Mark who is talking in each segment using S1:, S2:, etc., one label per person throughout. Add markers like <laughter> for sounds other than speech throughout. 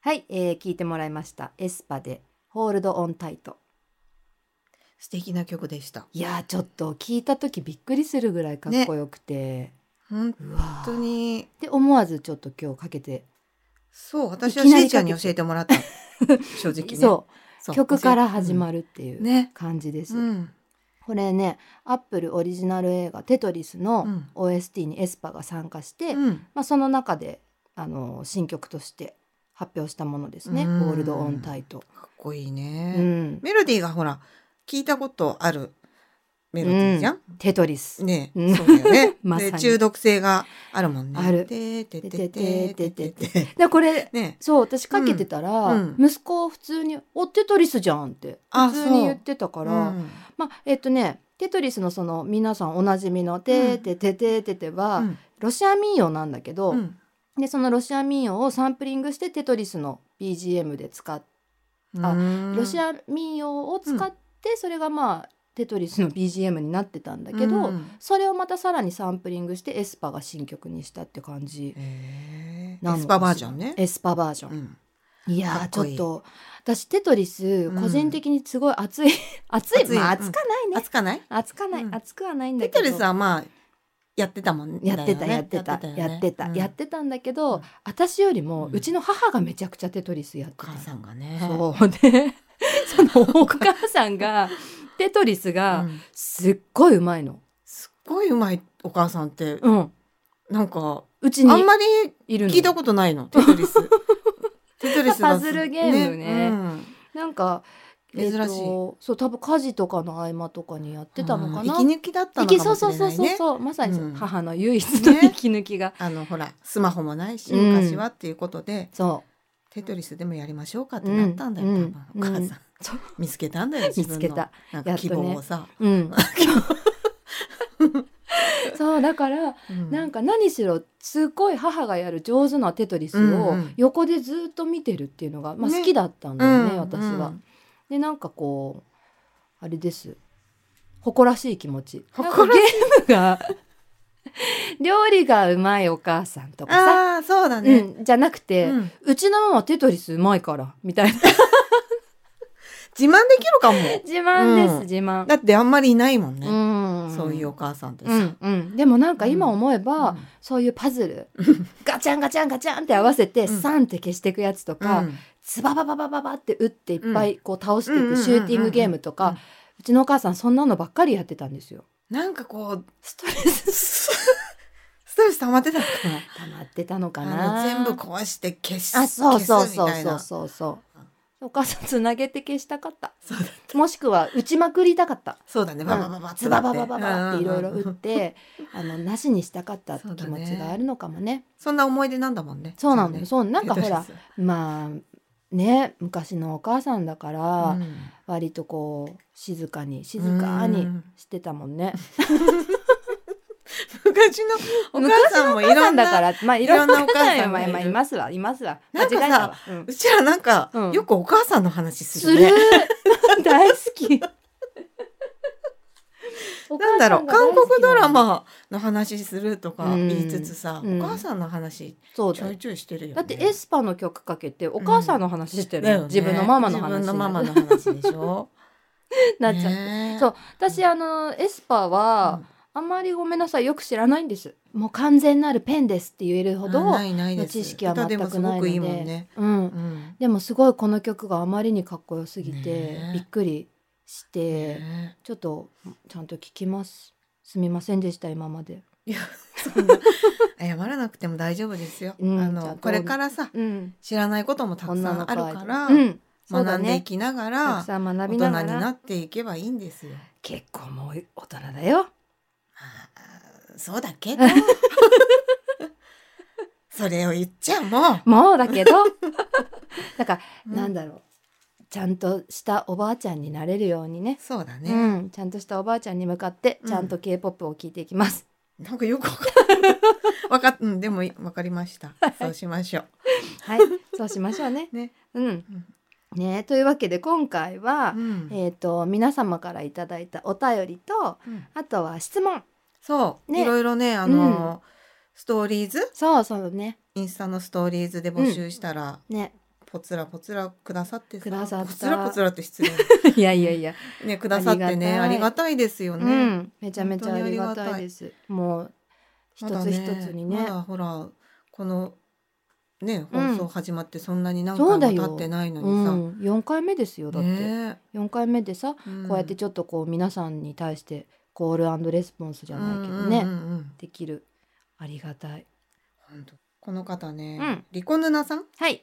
S1: はい、えー聞いてもらいました。エスパで、ホールドオンタイト。
S2: 素敵な曲でした。
S1: いやー、ちょっと聞いた時びっくりするぐらいかっこよくて。
S2: 本
S1: うわー
S2: 当。に、
S1: で、思わずちょっと今日かけて。
S2: そう、私はい
S1: きなり
S2: せいちゃんに教えて
S1: <laughs>
S2: もらった。正直ね。
S1: そう、
S2: そう
S1: 曲から始ま
S2: る。
S1: るってい
S2: うん
S1: う
S2: ね。
S1: 感じです。
S2: うん。
S1: これね、アップルオリジナル映画テトリス
S2: う
S1: の
S2: ん。
S1: OST にエスパが参加して、
S2: うん。
S1: まあ、その中であの新曲として発表したものですね「
S2: う
S1: ゴ
S2: ん
S1: ールド・オン・タイト
S2: かっこいい」
S1: う
S2: ね。
S1: ん
S2: メロディーがほら、聞いたことあるメロディーじゃん。
S1: 「テトリス」
S2: ね
S1: うん
S2: そうだよね
S1: <laughs> まさに
S2: で中毒性があるもんね。
S1: ある
S2: ててててててて
S1: でこれ
S2: ね。
S1: そう私かけてたら、
S2: うん
S1: 息子普通に「おテトリスじゃん」って
S2: あ
S1: 普通に言ってたか、
S2: から
S1: まあえっとねテトリスのその皆さんおなじみの「てててててて」は、ロシア民謡なんだけど、でそのロシア民謡をサンプリングしてテトリスの BGM で使っあロシ
S2: ア
S1: ア民謡を使ってそれがまあテトリスの BGM になってたんだけど、それをまたさらにサンプリングしてエスパが新曲にしたって感じ
S2: エ
S1: なの
S2: スパバージョンね。
S1: エスパバージョン、
S2: うん
S1: いや
S2: か
S1: ー
S2: っ
S1: ちょ
S2: こ
S1: っ
S2: いい
S1: と私テトリス
S2: うん
S1: 個人的にすごい熱い熱い
S2: <laughs> 熱い
S1: まあ熱かないね、
S2: 熱かない
S1: 熱かない、
S2: うん
S1: 熱くはないんだ
S2: テ
S1: けど
S2: トリスはまあやってたもんね。
S1: やってた
S2: だよ
S1: や
S2: ね
S1: ってた
S2: よね
S1: やってた
S2: うん
S1: やってたんだけど、
S2: うん
S1: 私よりも
S2: うん
S1: うちの母がめちゃくちゃテトリスやって
S2: お
S1: たの
S2: 母さんがね。
S1: そうで <laughs> そのお母さんが
S2: <laughs>
S1: テトリス
S2: う
S1: が
S2: ん
S1: すっごいうまいの。
S2: すっごいうまいお母さんって
S1: うん、
S2: なんか
S1: うち
S2: あん
S1: に
S2: まり
S1: いるの。
S2: 聞いたことないのテトリス。
S1: <laughs>
S2: テトリスは
S1: パズルゲームね
S2: うん
S1: なんか
S2: 珍しい
S1: えっとそう多分家事とかの合間とかにやってたのかな。
S2: うん息抜きだったのか
S1: 息
S2: もしれないね。
S1: そうそうそうそうまさにそう
S2: うん
S1: 母の唯一の
S2: ね
S1: 息抜きが、
S2: あのほらスマホもないし
S1: うん
S2: 昔はっていうことで、
S1: そ
S2: テトリスでもやりましょうかってなったんだよ、
S1: うん
S2: 多分お母さん、
S1: うそう
S2: 見つけたんだよ自
S1: 見
S2: 分の
S1: つけた。
S2: な
S1: や
S2: んか
S1: っと
S2: 希
S1: ね
S2: 望をさ、
S1: うん。そうだからなん
S2: か
S1: か何しろすごい母がやる上手なテトリス
S2: うんう
S1: を
S2: ん
S1: 横でずっと見てるっていうのが、まあ、
S2: ね
S1: 好きだったんだよね私は。でなんかこうあれです誇らしい気持ちなんか
S2: 誇ら
S1: ゲームが <laughs> 料理がうまいお母さんとかさ、
S2: ああそうだね、
S1: うん、じゃなくて、う
S2: うん
S1: ちのママテトリスうまいからみたいな
S2: 自慢できるかも
S1: 自慢です、
S2: うん
S1: 自慢、
S2: だってあんまりいないもんね、
S1: うん、
S2: そういうお母さんってさ、
S1: うんうん、でもなんか今
S2: うん
S1: 思えば、
S2: うん
S1: そういうパズルガチャンガチャンガチャンって合わせて、
S2: うん
S1: サンって消していくやつとか、
S2: うん
S1: ズババババババって打っていっぱいこう倒してい
S2: うんうんうん
S1: く
S2: うん
S1: シューティングゲームと
S2: うん
S1: かうちのお母さんそんなのばっかりやってたんですよ。
S2: なんかこう
S1: ストレス
S2: ストレス溜まってたのか
S1: 溜まってたのか
S2: な
S1: な
S2: あの全部壊して消し
S1: あそうそうそう
S2: 消すみたい
S1: そう
S2: な
S1: そうそうお母さんつなげて消したかった
S2: そうだ
S1: もしくは打ちまくりたかった
S2: そうだねババババ
S1: ズバババババっていろいろ打ってあのなしにしたかった
S2: そうだ
S1: 気持
S2: ね
S1: ちがあるのかもね
S2: そんな思い出なんだもんね
S1: そうなのよ
S2: ね
S1: そうなんかほら
S2: テトリス
S1: まあね昔のお母さんだから、
S2: うん
S1: 割とこう静かに静か
S2: う
S1: に
S2: ん
S1: してたもんね
S2: 昔のお母さんもい
S1: お母
S2: ろ
S1: さ
S2: ん
S1: んだか
S2: な
S1: らまあい
S2: いろ
S1: ろん
S2: んな
S1: な
S2: お
S1: お
S2: 母
S1: 母
S2: さん
S1: さ
S2: が
S1: ん
S2: いる
S1: 今今いますわいますわ間
S2: なん
S1: 違
S2: かさ
S1: えたわ、うん
S2: うちらなんか、
S1: うん
S2: よくお母さんの話す
S1: す
S2: る
S1: る
S2: ね
S1: 大好き
S2: なんだろう韓国ドラマの話するとか
S1: うん
S2: 言いつつさ、
S1: うん
S2: お母さんの話
S1: そう
S2: ち
S1: だ
S2: ょ
S1: よ
S2: いちょいしてるよ、ね、
S1: だってエスパの曲かけてお母さんの話してる
S2: だ
S1: の、
S2: よね
S1: 自分のママの話
S2: 自分
S1: に
S2: のママの話でしょ
S1: <laughs> なっちゃって、
S2: ねえ
S1: そう私あのエスパは、あんまりごめんなさいよく知らないんですもう完全なるペンですって言える
S2: う
S1: ほ
S2: ん
S1: ど、
S2: ないないです
S1: 知識は全く
S2: 歌でもすごくいい
S1: な
S2: も
S1: いので
S2: んね、
S1: うん
S2: う、ん
S1: でもすごいこの曲があまりにかっこよすぎて、
S2: ねえ
S1: びっくりして、
S2: ね
S1: ちょっとちゃんと聞きますすみませんでした今まで
S2: いやそんな謝らなくても大丈夫ですよ、
S1: うんち
S2: あ
S1: ゃん
S2: の
S1: と
S2: これからさ
S1: うん
S2: 知らないこともたくさんあるから、
S1: うん、そうだ
S2: 学んでい
S1: ね
S2: きなが
S1: たく
S2: ら、
S1: さん学
S2: 大
S1: び
S2: 人に
S1: ながら
S2: なっていけばいいんですよ。
S1: 結構もう大人だよ
S2: あそうだ
S1: <laughs>
S2: けどそれを言っちゃもう、
S1: もうだけどなんか、なん
S2: だ
S1: だろうちゃんとしたおばあちゃんになれるようにね
S2: そうだ
S1: う
S2: ね、
S1: ん、ちゃんとしたおばあちゃんに向かって
S2: うん
S1: ちゃんと k p o p を聞いていき
S2: <laughs>
S1: ます、
S2: なんかよくわかんないわかっうんでもわかりました、そうしましょ
S1: はいそうしましょうね
S2: ね
S1: うん
S2: うん、
S1: ねというわけで今回は
S2: う、うん
S1: えっ、と皆様からいただいたお便りと
S2: うん
S1: あとは質問
S2: そう、
S1: ね
S2: いろいろねあの、ストーリーズ
S1: そうそうね
S2: <laughs> インスタのストーリーズで募集したら、
S1: ね
S2: ポツラポツラくださってさ
S1: くださった
S2: ポツラポツラっ
S1: <laughs>
S2: て失礼
S1: いやいやいや、
S2: ねくださってね
S1: あ
S2: あ
S1: り
S2: り
S1: が
S2: がたいですよ
S1: う
S2: ね、
S1: ん、めちゃめちゃありが
S2: 本当に
S1: た
S2: ありがた
S1: い
S2: い
S1: です。もう一
S2: まだ
S1: つ一つにね
S2: まだほらこのね
S1: うん
S2: 放送始まってそんなに何
S1: そうだ
S2: 回
S1: よ
S2: も経ってないの
S1: う
S2: にさ、
S1: ん、4回目ですよだって、
S2: ね
S1: 四4回目でさ
S2: え、
S1: こうやって
S2: じ
S1: ちょっとこう皆さんに対してコールレスポンスじゃないけどね、できるありがたい
S2: この方ね、
S1: うん
S2: リコヌナさん
S1: はい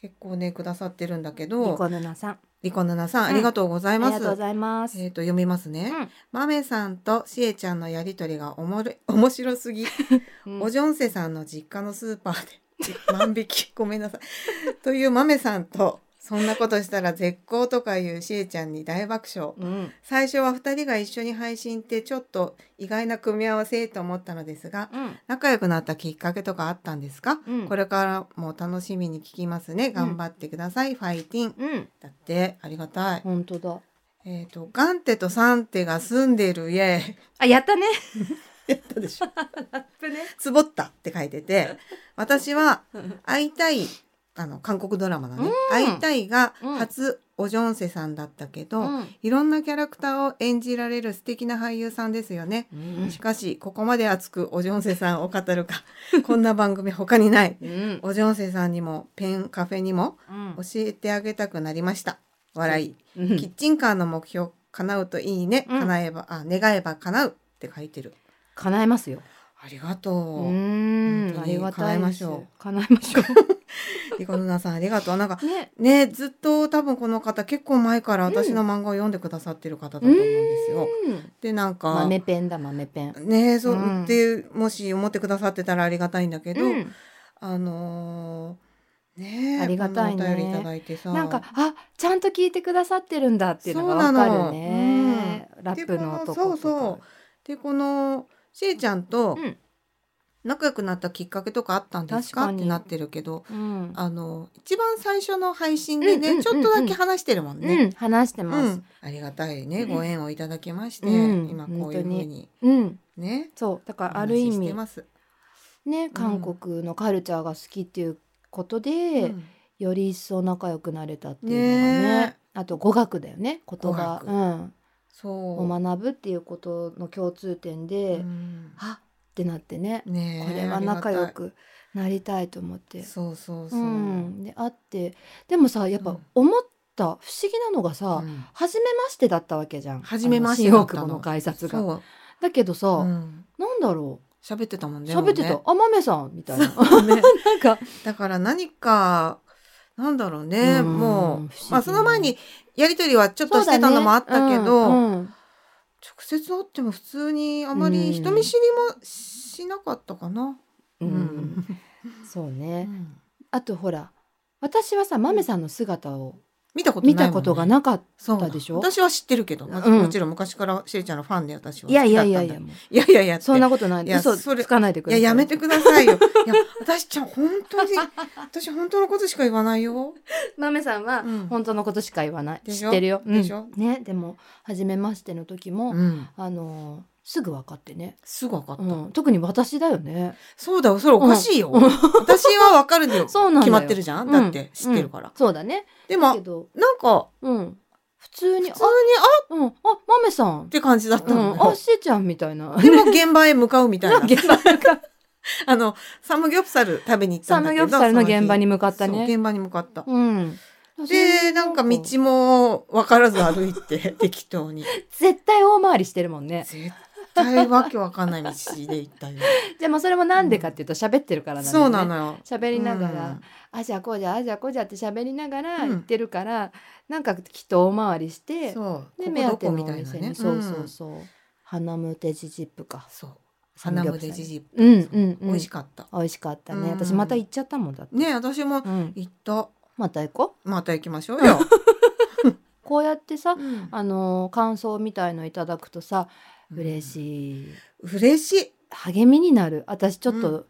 S2: 結構ねくださってるんだけ
S1: ニ
S2: ど
S1: コヌナさん
S2: リコヌナさ
S1: う
S2: ん
S1: ん
S2: ありがとうござ
S1: あ
S2: い
S1: り
S2: ま
S1: が
S2: す、
S1: とうございます、
S2: えっ、と読みますね、
S1: うん
S2: マメさんとしえちゃんのやりとりがおもろい面白すぎ
S1: うん
S2: おじょんせさんの実家のスーパーで万引きごめんなさいという豆さんとそんなことしたら絶好とかいうしえちゃんに大爆笑
S1: うん
S2: 最初は2人が一緒に配信ってちょっと意外な組み合わせと思ったのですが
S1: うん
S2: 仲良くなったきっかけとかあったんですか、
S1: うん
S2: これからも楽しみに聞きますね頑張ってください、ファイティン
S1: うん
S2: だってありがたい、
S1: 本当だ
S2: えっ、とガンテとサンテが住んでる家
S1: あやったね
S2: やったでしょ
S1: ラップね
S2: つぼったって書い
S1: <laughs>
S2: てて私は会いたいあの韓国ドラマだね、会いたいが
S1: うん
S2: 初おジョンセさんだったけど、
S1: うん
S2: いろんなキャラクターを演じられる素敵な俳優さんですよね、
S1: うん
S2: しかしここまで熱くおジョンセさんを語るかこんな番組他にない
S1: うん
S2: おジョンセさんにもペンカフェにも
S1: うん
S2: 教えてあげたくなりました笑い、
S1: う
S2: キッ
S1: ん
S2: チンカーの目標叶うといいね
S1: うん
S2: 叶えば、あ願えば叶うって書いてる
S1: 叶えますよ
S2: ありがとう、
S1: うーんあ
S2: 本当に
S1: りがたいです
S2: 叶えましょ
S1: 叶えましょ
S2: リコヌナさんありがとう。なんか
S1: う <laughs> ね
S2: ねずっと多分この方結構前から私の漫画を読んでくださってる方だと思うんですよ。
S1: うん
S2: でなんか
S1: 豆ペンだ豆ペン
S2: ねそう、
S1: うん
S2: ってもし思ってくださってたらありがたいんだけど、
S1: うん
S2: あのーね
S1: ありがたいね
S2: こんなお便りいただいてさ
S1: なんかあちゃんと聞いてくださってるんだっていうのがわかるね、ラップのとことか
S2: でこのそうそうでこのしえちゃんと
S1: うん
S2: 仲良くなったきっかけとかあったんですか
S1: 確かに
S2: ってなってるけど
S1: うん、
S2: あの一番最初の配信でね、
S1: うんうん
S2: ちょっとだけ話してるもんね。
S1: うん話してま
S2: う
S1: す
S2: ん、ありがたいね、
S1: うん
S2: ご縁をいただきまして、
S1: うん
S2: 今こういうふうに
S1: うん、
S2: ね
S1: そうだからあ
S2: お
S1: る
S2: 話し
S1: 意
S2: して
S1: 味
S2: ます
S1: ね韓国のカルチャーが好きっていうことで、
S2: うん
S1: より一層仲良くなれたっていうのがね
S2: ね
S1: あと語学だよね言葉、
S2: 語学
S1: うん、
S2: そう
S1: を学ぶっていうことの共通点で、
S2: うん
S1: あってなってね
S2: ね
S1: これは仲良くなりたいと思っ
S2: ありがた
S1: て
S2: いそうそう
S1: う
S2: そう、
S1: ん、であってでもさやっ
S2: う
S1: ぱ
S2: ん
S1: 思った不思議なのがさ、
S2: うん
S1: 初めましてだったわけじゃん
S2: 初めまして
S1: あの
S2: だ
S1: 新大久
S2: ったの
S1: 保の改札が
S2: そう
S1: だけどさ、
S2: うん
S1: なんだろ
S2: 喋、ってたもん
S1: う
S2: ね
S1: 喋ってた、
S2: も
S1: あまめさんみたいうな
S2: ねそうね
S1: <laughs> なんか
S2: だから何かなんだろうね
S1: うん
S2: も
S1: 不
S2: う
S1: 思議な
S2: まあその前にやりとりはちょっとしてたのもあったけ
S1: そ
S2: ど、
S1: うだねうんうん
S2: 直接会っても普通にあまり人見知りもしなかったかな、
S1: う
S2: うんん
S1: そうねあとほら私はさまめさんの姿を
S2: 見たことない
S1: 見たことがなかっ
S2: そう
S1: たでしょ
S2: 私は知ってるけど、まず
S1: うん
S2: もちろん昔からしえちゃんのファンで私
S1: た、
S2: はい
S1: やいやい
S2: 好きだ
S1: や
S2: ったん
S1: いやも
S2: だ
S1: う
S2: いやいやいやって
S1: そんなことない
S2: いや
S1: 嘘
S2: それ
S1: つかないでく
S2: い
S1: ださ
S2: や
S1: い
S2: やめてくださいよいや私ちゃん本当に私本当のことしか言わないよ、
S1: まめさんは
S2: うん
S1: 本当のことしか言わない、
S2: でし
S1: 知
S2: ょ
S1: ってるよ、うん
S2: でしょ
S1: ねでも初めましての時も、
S2: うん、
S1: あのーすぐ分かってね、
S2: すぐ分かった、
S1: うん、特に私だよね
S2: そうだよそれおかしいよ、
S1: うん
S2: 私は分かるんだよ
S1: <laughs> そうなんだよ
S2: 決まってるじゃんだって知ってるか
S1: う
S2: ら、
S1: んそうだね
S2: で
S1: だけ
S2: も
S1: ど、
S2: なんか
S1: うん、普通に
S2: 普通にあっ
S1: あうんあまめさん
S2: て感じだった
S1: う
S2: のよ、
S1: ん、あしーちゃんみたいな
S2: でも現場へ向かうみ
S1: <laughs>
S2: たいな
S1: 現場
S2: あのサムギョプサル食べに行った
S1: サ
S2: んだ
S1: ム
S2: け
S1: ギ
S2: ど
S1: ョプサルの
S2: そ日
S1: 現場に向かった
S2: そう
S1: ね
S2: 現場に向かった、
S1: うん
S2: でなんか道も分からず歩いて
S1: <laughs>
S2: 適当に
S1: 絶対大回りしてるもんね
S2: 絶対わけわかんない道で
S1: <laughs>
S2: 行ったよ、
S1: じゃあまあそれもなんでかっていうと喋ってるからなんだよね
S2: そうなのよ
S1: 喋りながら、あじゃあこうじゃあじゃあこうじゃって喋りながら
S2: うん
S1: 言ってるから、なんかきっと大回りし
S2: うん
S1: て
S2: そう
S1: で
S2: ここ
S1: 目
S2: ど
S1: 当て
S2: こ
S1: の
S2: み
S1: お
S2: たいな
S1: 店に、
S2: ね
S1: そうそう
S2: う
S1: そう、花ムテジジップか
S2: んそう
S1: サム
S2: 花
S1: ギョ
S2: む
S1: プサル
S2: でじじ
S1: うんうんうん
S2: 美味しかった
S1: 美味しかったね、
S2: うん
S1: 私また行っちゃったもんだって、
S2: ね私も
S1: うん、
S2: 行った
S1: また行こ
S2: また行きましょうよ、
S1: うこうやってさ
S2: うん
S1: あのー感想みたいのいただくとさ <laughs> 嬉
S2: い
S1: しい
S2: 嬉しい
S1: 励みになる私ちょっと、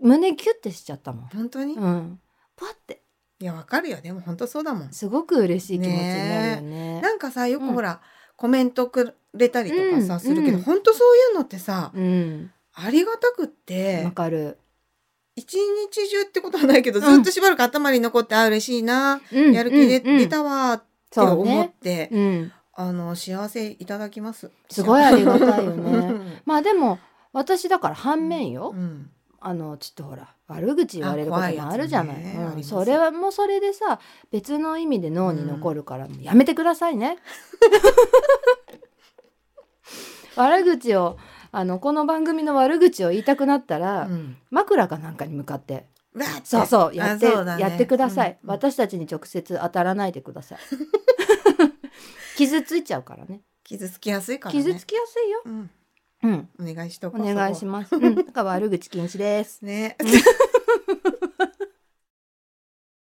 S1: 胸キュッてしちゃったもん
S2: 本当に、
S1: う
S2: い
S1: んパって
S2: やわかるよでも本当そうだもん
S1: すごく嬉しい気持ちになるよね
S2: なんかさよく
S1: うん
S2: ほら、コメントくれたりとかさ、
S1: うん
S2: するけど、
S1: うん
S2: 本当そういうのってさ、
S1: うん
S2: ありがたくって
S1: わかる
S2: 一日中ってことはないけど、ずっとしばらく頭に残って、あ、嬉しいな、
S1: うん
S2: やる気で、
S1: うんうん
S2: 出たわって
S1: そう
S2: 思っ
S1: ね。
S2: て、
S1: うん。
S2: あの、幸せいただきます。
S1: すごいありがたいよね
S2: うん
S1: まあでも私だから反面よ、
S2: うん
S1: あのちょっとほら悪口言われること
S2: あ怖いやつ
S1: もあるじゃない、
S2: ねあり
S1: うん、
S2: ます
S1: それはもうそれでさ別の意味で脳に残るから、やめてください
S2: <laughs>
S1: ね悪口をあのこの番組の悪口を言いたくなったら、
S2: うん
S1: 枕かなんかに向かって
S2: わーって
S1: そうそうやって
S2: あそうだね
S1: やってください、
S2: うん
S1: 私たちに直接当たらないでくだ
S2: <laughs>
S1: さい傷ついちゃうからね
S2: 傷つきやすいからね。
S1: 傷つきやすいよ
S2: うん
S1: うん
S2: お願いしとこ
S1: お
S2: う
S1: 願い
S2: そ
S1: し <laughs>
S2: こ
S1: ます、うん、だから悪口禁止です
S2: ね。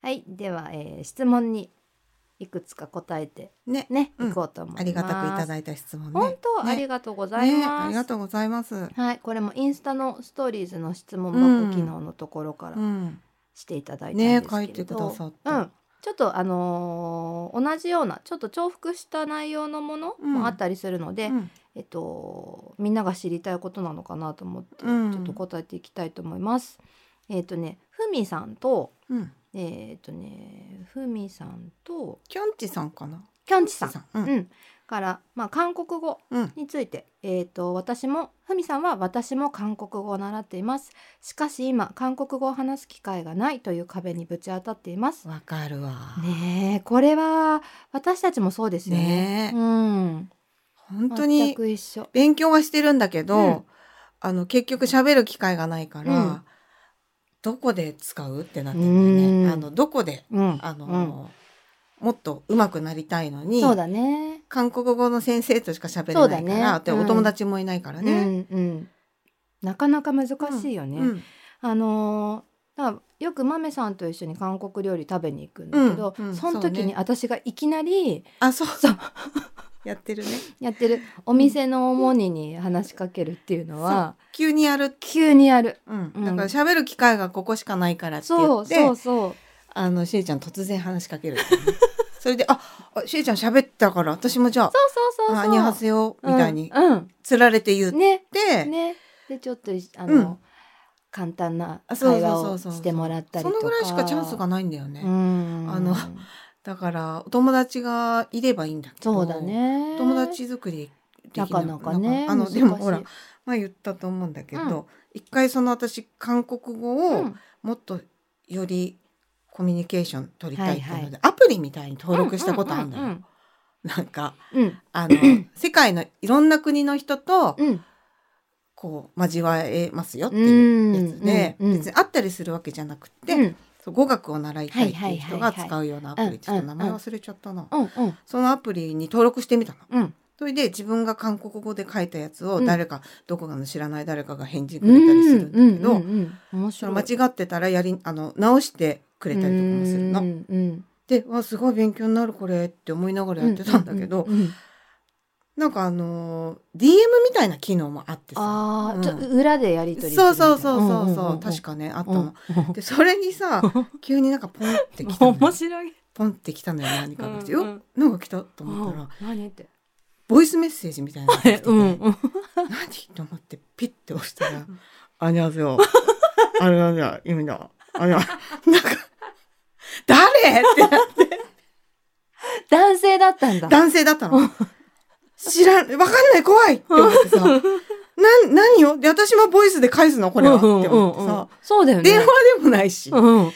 S1: はい、では、えー質問にいくつか答えて
S2: ね。
S1: ね、
S2: うん
S1: いこうと思います。
S2: ありがたくいただいた質問
S1: 本
S2: ね。
S1: 当、
S2: ね
S1: ありがとうござい
S2: ね、
S1: ます。
S2: ありがとうございます。
S1: はい、これもインスタのストーリーズの質問
S2: うん
S1: 箱機能のところから
S2: うん。
S1: していただいたん
S2: ね
S1: ですけれど、
S2: 書いてくださっ
S1: う
S2: た
S1: ん。ちょっとあのー同じようなちょっと重複した内容のもの
S2: うん
S1: もあったりするので、
S2: うん
S1: えっとみんなが知りたいことなのかなと思って、
S2: うん
S1: ちょっと答えていきたいと思います。えっとね、ふみさんと
S2: うん。
S1: えっとね、ふみさんと
S2: キョンチさんかな。
S1: きょんちさんう
S2: う。
S1: んん、から、まあ、韓国語
S2: うん。
S1: について、えー、と私もふみさんは私も韓国語を習っていますしかし今韓国語を話す機会がないという壁にぶち当たっています
S2: わかるわ。
S1: ねえこれは私たちもそうですよ
S2: ね
S1: ね
S2: え
S1: うん
S2: 本当
S1: 全
S2: に
S1: く一緒
S2: 勉強はしてるんだけど、
S1: うん
S2: あの結局喋る機会がないから、
S1: うん
S2: どこで使うってなってるんだよ
S1: う
S2: ね。
S1: ん
S2: あのどこで
S1: うん
S2: あの、もっと上手くなりたいの
S1: うん、
S2: に、
S1: そうだね
S2: 韓国語の先生としか喋れ
S1: そう
S2: な
S1: だ
S2: い
S1: ね
S2: から、で
S1: うん
S2: お友達もいないからね。
S1: うんうんなかなか難しいよね、
S2: うん
S1: あのーだからよくマメさんと一緒に韓国料理食べに行くんだけど、
S2: うんうん
S1: その時
S2: そう
S1: に
S2: ね
S1: 私がいきなり
S2: あ、そう
S1: そ
S2: そうう。 <laughs> やってるね。
S1: やってるお店の主にに話しかけるっていうのは
S2: 急にやる。
S1: 急にやる
S2: うん。
S1: うん
S2: だから喋る機会がここしかないからって言
S1: そ
S2: っ
S1: う
S2: て、
S1: そうそう
S2: あのしえちゃん突然話しかけ
S1: <laughs>
S2: るからね、それで、あ、あしえちゃん喋ったから、私もじゃ
S1: そ
S2: あ、
S1: うそうそうそう
S2: あにはせよみたいに
S1: うん、
S2: 釣られて言っ
S1: うん、ね
S2: て、
S1: ねでちょっといあの、
S2: うん
S1: 簡単な
S2: あそうそ
S1: 会
S2: うそう
S1: 話
S2: そう
S1: をしてもらったり
S2: そ
S1: とか
S2: のぐらいしかチャンスがないんだよね。
S1: うん
S2: あのだからお友達がいればいいんだけど、
S1: そうだね
S2: 友達作りでき
S1: なかなかね
S2: あの
S1: 難しい
S2: でもほら前言ったと思うんだけど、
S1: うん
S2: 一回その私韓国語
S1: う
S2: を
S1: ん
S2: もっとよりコミュニケーション取りたいっていうので、
S1: はいは
S2: アプリみたいに登録したことあるのよ。
S1: うん
S2: なんか
S1: うんうん
S2: あの
S1: <laughs>
S2: 世界のいろんな国の人と
S1: うん
S2: こう交わえますよっていうやつで、
S1: うんうんうん
S2: 別に会ったりするわけじゃなくて、
S1: うん
S2: そう語学を習いたいっていう人
S1: は
S2: が
S1: いはいはいはい
S2: 使うようなアプリってちょっと名前
S1: うんうん
S2: 忘れちゃったな、
S1: うんうん
S2: そのアプリに登録してみたの。
S1: うん
S2: それで自分が韓国語で書いたやつを
S1: うん
S2: 誰か、どこかの知らない誰かが返事くれたりするんだけど、
S1: うんうんうん、面
S2: そ
S1: 白
S2: れ
S1: い
S2: 間違ってたらやりあの直してくれたりとかもする
S1: う
S2: の。
S1: んうん
S2: でわすごい勉強になるこれって思いながらやってたんだけど、
S1: うんうんうん
S2: なんかあのー DM みたいな機能もあってさ。
S1: あ
S2: うん
S1: あ、ちょっと裏でやり取り
S2: そうそうそうそうそう,、確
S1: か
S2: かねあった
S1: う
S2: の
S1: ん。
S2: でそれにさ急になんかポンってき
S1: <laughs>
S2: たのよ
S1: 面白い。
S2: ポンってきたの
S1: <laughs>
S2: よ何かが来て、
S1: うんうん
S2: よなんか来たと思ったら
S1: 何って。
S2: ボイスメッセージみたいなのが来
S1: <laughs>
S2: てて、
S1: うん。
S2: 何と思ってピッて押したら「あにゃ
S1: <laughs>
S2: せよ」「あれなんだ意味だ」「あにゃ」なんか「誰?」ってなって
S1: 男性だったんだ。
S2: 男性だったの。知らん、わかんない、怖いって思ってさ、な、何よで、私もボイスで返すのこれはって
S1: うん
S2: 思ってさ、。
S1: そうだよね。
S2: 電話でもないし。
S1: うん。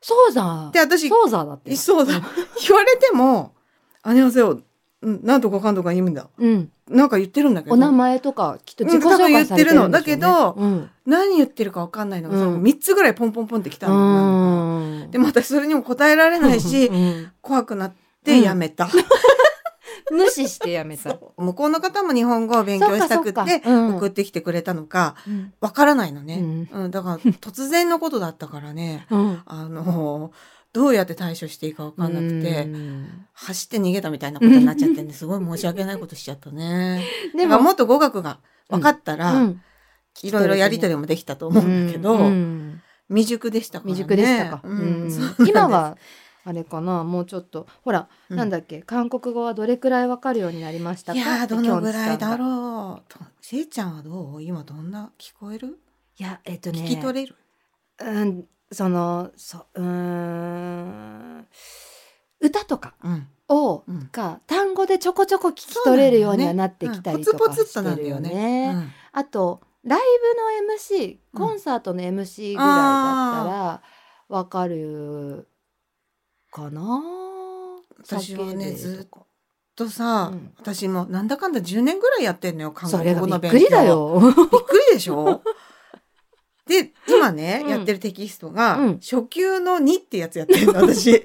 S1: そうだ。
S2: で、私、
S1: そうだだって。
S2: そうだ。言われても、あにゃせよ、うんなんとかかんとか言うんだ。
S1: うん。
S2: なんか言ってるんだけど。
S1: お名前とかきっと自己
S2: うん多
S1: 紹
S2: 分言
S1: 介
S2: っ
S1: さ
S2: て
S1: れて
S2: るの
S1: るんでしょうね
S2: だけど
S1: うん
S2: 何言ってるかわかんないのが、
S1: うん
S2: その3つぐらいポンポンポンってきたの。
S1: うん。
S2: でも私それにも答えられないし
S1: う、ん
S2: 怖くなってやめた。
S1: <laughs> 無視してやめた。
S2: 向こうの方も日本語を勉強したく
S1: そっか
S2: て
S1: そっかうん
S2: 送ってきてくれたのか、
S1: うん
S2: わからないのね、
S1: うん
S2: うんだから突然のことだったからね、
S1: うん。
S2: あの、どうやって対処していいかわかんなくて、
S1: うん
S2: 走って逃げたみたいなことになっちゃってんですごい申し訳ないことしちゃったね。
S1: <laughs> で
S2: だから
S1: も、
S2: もっと語学が分かったら、
S1: うん
S2: いろいろやりとりもできたと思うんだけど、
S1: うん
S2: 未熟でしたからね。
S1: 未熟でしたか。
S2: うん
S1: うん
S2: そうなんです
S1: 今はあれかな、もうちょっとほら、
S2: うん
S1: なんだっけ、韓国語はどれくらいわかるようになりました
S2: い
S1: か。
S2: やーどのぐらいだ
S1: う。
S2: ろうと。せいちゃんはどう今どんな聞こえる、
S1: いやえっとね、
S2: 聞き取れる
S1: うんそのそううーん歌とか
S2: うん
S1: を
S2: うん
S1: が単語でちょこちょこ聞き取れるようにはなってきたりとか
S2: ポツポツっと
S1: し
S2: なん
S1: て
S2: だ
S1: るよ
S2: よね
S1: ね。
S2: うん
S1: あとライブの MC
S2: うん
S1: コンサートの MC ぐらいだったらわかるかな
S2: 私はね
S1: 叫べとか
S2: ずっとさ、
S1: うん
S2: 私もなんだかんだ10年ぐらいやってんのよ韓
S1: そ
S2: 国
S1: れが
S2: 語
S1: び
S2: の
S1: っ
S2: 勉
S1: く
S2: 強
S1: りだよ。
S2: びっくりで
S1: <laughs>
S2: しょで今ね、
S1: うん
S2: やってるテキストが、
S1: うん
S2: 初級の2ってやつやってるの
S1: <laughs>
S2: 私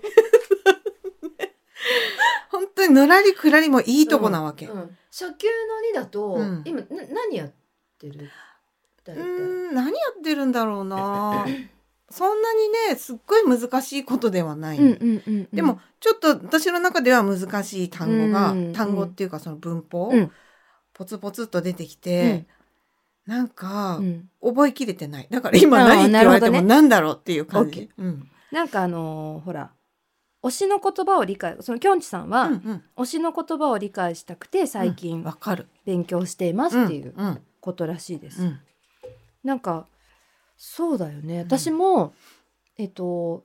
S2: 本当にのらりくらりもいいとこなわけ、う
S1: うん初級の2だと、
S2: うん
S1: 今な何やってる大
S2: ー
S1: 体
S2: ん何やってるんだろう
S1: <laughs>
S2: なそんなにねすっごい難しいことではない、
S1: うんうんうんうん
S2: でもちょっと私の中では難しい単語が、
S1: うん
S2: 単語っていうかその文法、
S1: うん
S2: ポツポツっと出てきて、なんか
S1: うん
S2: 覚えきれてないだから今
S1: あー
S2: 何って言われて
S1: なるほどね
S2: も何だろうっていう感じ、
S1: OK
S2: うん
S1: なんかあのーほら推しの言葉を理解そのきょんちさんは、
S2: うんうん
S1: 推しの言葉を理解したくて最近
S2: わかる
S1: 勉強していますっていうん
S2: うん
S1: ことらしいです。
S2: うん
S1: なんかそうだよね
S2: ん
S1: 私も、えっと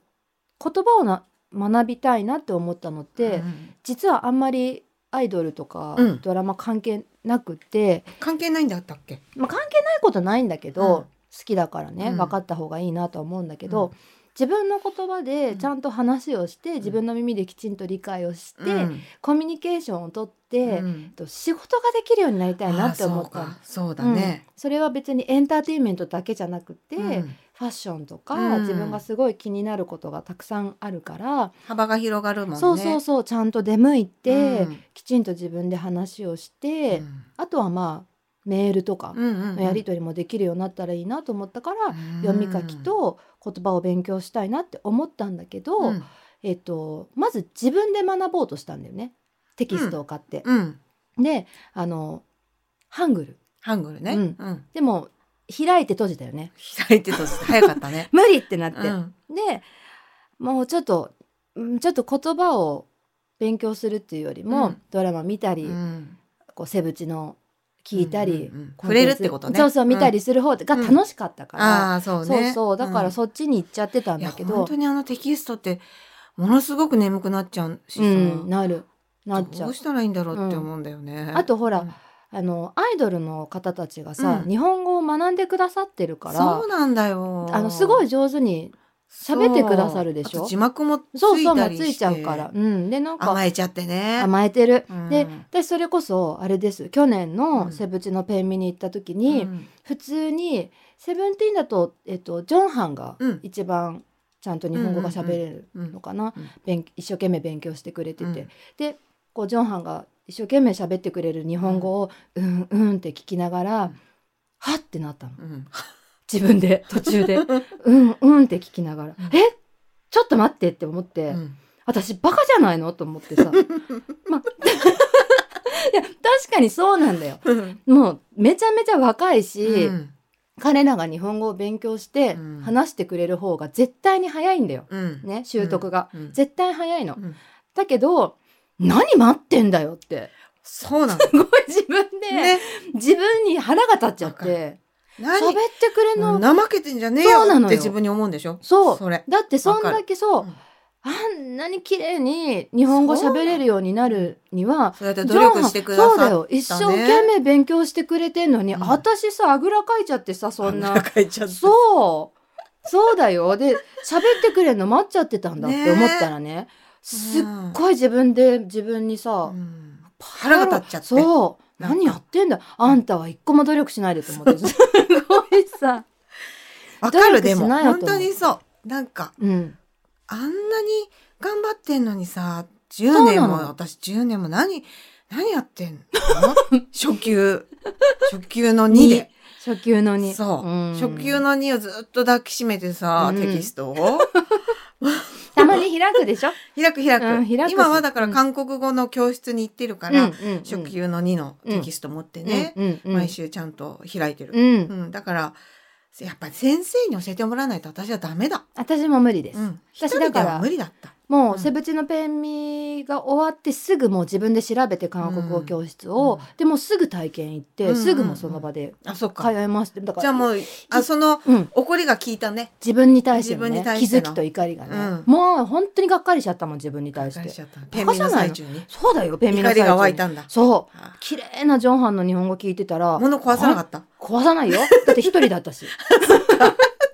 S1: 言葉をな学びたいなって思ったのって、
S2: うん
S1: 実はあんまりアイドルとか、
S2: うん
S1: ドラマ関係なくて、
S2: 関係ないんだったっけ
S1: まあ、関係ないことないんだけど、
S2: うん
S1: 好きだからね、
S2: うん
S1: 分かった方がいいなとは思うんだけど、
S2: うん
S1: 自分の言葉で
S2: うん
S1: ちゃんと話をして、自分の耳できちんと理解をして、
S2: うん
S1: コミュニケーションをとって、え
S2: う
S1: っ
S2: ん
S1: と仕事ができるようになりたいなって思っ
S2: あー
S1: た。
S2: そうかそうだね、
S1: うんそれは別にエンターテインメントだけじゃなくて、
S2: うん
S1: ファッションとか、
S2: うん
S1: 自分がすごい気になることがたくさんあるから、
S2: 幅が広がるもんね
S1: そうそうそうちゃんと出向いて、
S2: うん
S1: きちんと自分で話をし
S2: う
S1: て、
S2: ん
S1: あとはまあメールとか
S2: うんうんうん
S1: のやり取りもできるようになったらいいなと思ったから、
S2: うん
S1: 読み書きと言葉を勉強したいなって思ったんだけど、
S2: うん
S1: えっと、まず自分で学ぼうとしたんだよねテキストを買って。
S2: うん
S1: であのハングル
S2: ハングルね
S1: うん
S2: うん
S1: でも開いて閉じたよね
S2: 開いてとして早かった
S1: <laughs>
S2: ね
S1: 無理ってなって、
S2: うん
S1: でもうちょっとうんちょっと言葉を勉強するっていうよりも、
S2: うん
S1: ドラマ見たり、
S2: うん
S1: こうセブチの聞いたり、
S2: うんうんうん
S1: コンテンツ
S2: 触れるってことね
S1: そうそう見たりする方が
S2: うん
S1: 楽しかったから、
S2: ああそう
S1: そう
S2: ね
S1: そうだからそっちに行っちゃってた
S2: うんんいや
S1: だけど
S2: 本当、にあのテキストってものすごく眠くなっちゃうし
S1: う
S2: さ、
S1: んなるなっちゃ
S2: ど
S1: う
S2: う。したらいいんだろうって思うんだよね、
S1: あとほら、
S2: うん
S1: あのアイドルの方たちがさ、
S2: うん
S1: 日本語を学んでくださってるから
S2: そうなんだよ
S1: あのすごい上手に喋ってくださるでしょ
S2: そうあと字幕もつ
S1: そうそうもう
S2: り
S1: ついちゃうから、うん、でなんか
S2: 甘えちゃってね
S1: 甘えてる、
S2: うん
S1: で私それこそあれです去年
S2: う
S1: の
S2: ん
S1: セブチのペンミに行った時に、
S2: うん
S1: 普通にセブンティーンだと、えっと、ジョンハンが
S2: うん
S1: 一番ちゃんと日本語が喋れるのかな、
S2: うんうん
S1: 勉一生懸命勉強してくれてて、
S2: うん
S1: でこうジョンハンが一生懸命喋ってくれる日本語を「うんうん」って聞きながら
S2: うん
S1: 「はっ」ってなったの
S2: うん
S1: 自分で途中
S2: <laughs>
S1: で「うんうん」って聞きながら
S2: うん
S1: 「えちょっと待って」って思って。
S2: うん
S1: 私バカじゃ <laughs> ないのと思って
S2: <laughs>
S1: さ、ま、いや確かにそうなんだよ
S2: うん
S1: もうめちゃめちゃ若いし、
S2: うん
S1: 彼らが日本語を勉強して
S2: うん
S1: 話してくれる方が絶対に早いんだよ、
S2: うん
S1: ね習得が、
S2: うん
S1: 絶対早いの、
S2: うん
S1: だけど何待ってんだよって <laughs>
S2: そうなんだ
S1: すごい自分で、
S2: ね
S1: 自分に腹が立っちゃっ
S2: わかる
S1: て喋っ
S2: 何
S1: てくれの、
S2: 怠けてんじゃねえ
S1: そうなの
S2: よっ
S1: よ
S2: て自分に思うんでしょ
S1: そう
S2: それ
S1: だってそんだけそう、
S2: うん
S1: あんなに綺麗に日本語喋れるようになるには
S2: そうやって努力してくださっ
S1: そうだよ一生懸命勉強してくれてんのに、
S2: うん
S1: 私さあぐらかいちゃってさそんな
S2: 書いちゃった
S1: そうそうだよで喋ってくれるの待っちゃってたんだって思ったらねすっごい自分で自分にさ、
S2: うん腹が立っちゃって
S1: そう
S2: なんか
S1: 何やってんだあんたは一個も努力しないでと思ってすごい
S2: <laughs>
S1: さ、
S2: わか
S1: 努
S2: る
S1: 力
S2: で
S1: し
S2: も
S1: ないよと
S2: 本
S1: 思う
S2: 当にそうなんか
S1: うん、
S2: あんなに頑張ってんのにさ
S1: そ
S2: 10
S1: うな
S2: 年
S1: の
S2: も私10年も何何やってん
S1: <laughs>
S2: の初級初級の2で
S1: 初級のに
S2: そう、
S1: ん
S2: 初級の2をずっと抱きしめてさ、
S1: うん
S2: テキストを
S1: たまに開くでしょ、
S2: 開く開く,、
S1: うん開くし
S2: 今はだか
S1: う
S2: ら
S1: ん
S2: 韓国語の教室に行ってるか
S1: うんう
S2: ら、
S1: んうん、
S2: 初級の2のテキスト持ってね、
S1: うんうん、
S2: 毎週ちゃんと開いてる、
S1: うん、
S2: うん、だからやっぱり先生に教えてもらわないと私はダメだ。
S1: 私も無理です、
S2: うん、一
S1: 私
S2: 人
S1: だ
S2: で
S1: から
S2: は無理だった。
S1: も
S2: う
S1: うんセブチのペンミが終わってすぐもう自分で調べて韓国語教室を、
S2: うん
S1: でもうすぐ体験行って、
S2: うん
S1: すぐもうその場で
S2: あそっか
S1: 通えましてだから
S2: じゃあもうあその
S1: うん、
S2: 怒りが効いたね
S1: 自分に対しての、
S2: 自分
S1: ね、
S2: に対
S1: 気
S2: して
S1: づ
S2: の
S1: きと怒りがね、
S2: うん
S1: もう本当にがっかりしちゃったもん自分に対し
S2: 返
S1: て
S2: しちゃったペ
S1: バ
S2: ン
S1: カじ
S2: ミ
S1: ゃ
S2: の
S1: ないの
S2: 最中に
S1: そうだよペンミの最
S2: 怒り
S1: 中に
S2: が湧いたんだ
S1: そう
S2: あ
S1: 綺麗なジョンハンの日本語聞いてたら
S2: 物壊さなかった
S1: 壊さないよだって一人だった
S2: <laughs>
S1: し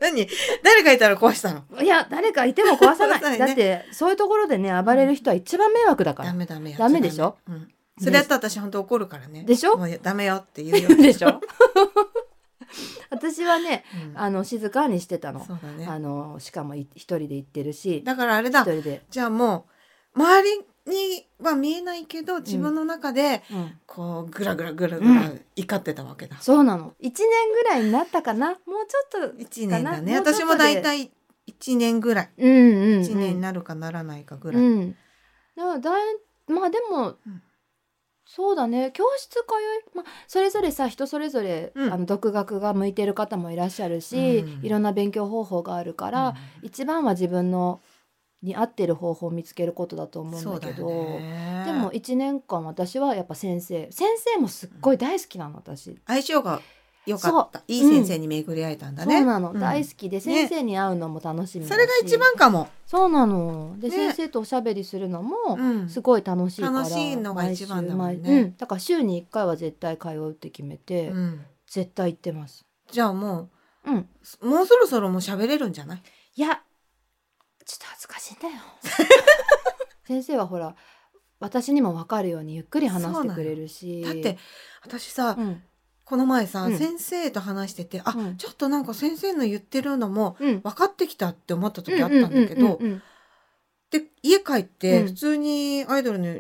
S2: 何誰がいたら壊したの
S1: いや誰かいても壊さない
S2: <laughs> 壊さないね
S1: だってそういうところでね暴れる人は一番迷惑だから
S2: ダ、メダメやっちゃ
S1: ダメでしょ
S2: ダメうんそれやったら私本当怒るからね
S1: でしょ
S2: もうダメよって言うよ
S1: <laughs> でしょ私はね
S2: うん
S1: あの静かにしてたの,、
S2: そうだね
S1: あのしかもい一人で行ってるし
S2: だからあれ
S1: 一
S2: だ
S1: 人で、
S2: じゃあもう周りには見えないけど自分の中で
S1: うん
S2: こうグラグラグラグラ怒ってたわけだ、
S1: そうなの1年ぐらいになったかなもうちょっと
S2: 一年だね
S1: かなもうちょっと
S2: 私も大体一年ぐらい
S1: うんうん、うん、
S2: 一年になるかならないかぐらい、
S1: うん、だからだいまあでも、
S2: うん
S1: そうだね教室通い、まあ、それぞれさ人それぞれ、
S2: うん
S1: あの独学が向いてる方もいらっしゃるし、
S2: うん
S1: いろんな勉強方法があるから、一番は自分のに合ってる方法を見つけることだと
S2: うん
S1: 思
S2: そ
S1: うん
S2: う
S1: だ
S2: だ
S1: けど
S2: よね
S1: でも1年間私はやっぱ先生先生もすっごい大好きなの私。
S2: 相性が良かったいい先生に巡り合えたんだね、
S1: そうなの、
S2: ん
S1: 大好きで先生に会うのも楽しみだし、
S2: それが一番かも、
S1: そうなので、
S2: ね
S1: 先生とおしゃべりするのも、
S2: うん
S1: すごい楽しいから
S2: 楽しいのが一番だもんね
S1: 毎週毎うん、だから週に1回は絶対通うって決めて、
S2: うん
S1: 絶対行ってます
S2: じゃあも
S1: うん
S2: うもうそろそろもう喋れるんじゃない
S1: いやちょっと恥ずかしいん
S2: <laughs>
S1: だよ先生はほら私にも分かるようにゆっくり話してくれるし
S2: だって私さ、
S1: うん
S2: この前さ、
S1: うん
S2: 先生と話しててあ、
S1: うん
S2: ちょっとなんか先生の言ってるのも
S1: うん
S2: 分かってきたって思った時あったんだけど、
S1: うんうんうん
S2: で家帰って
S1: うん
S2: 普通にアイドルの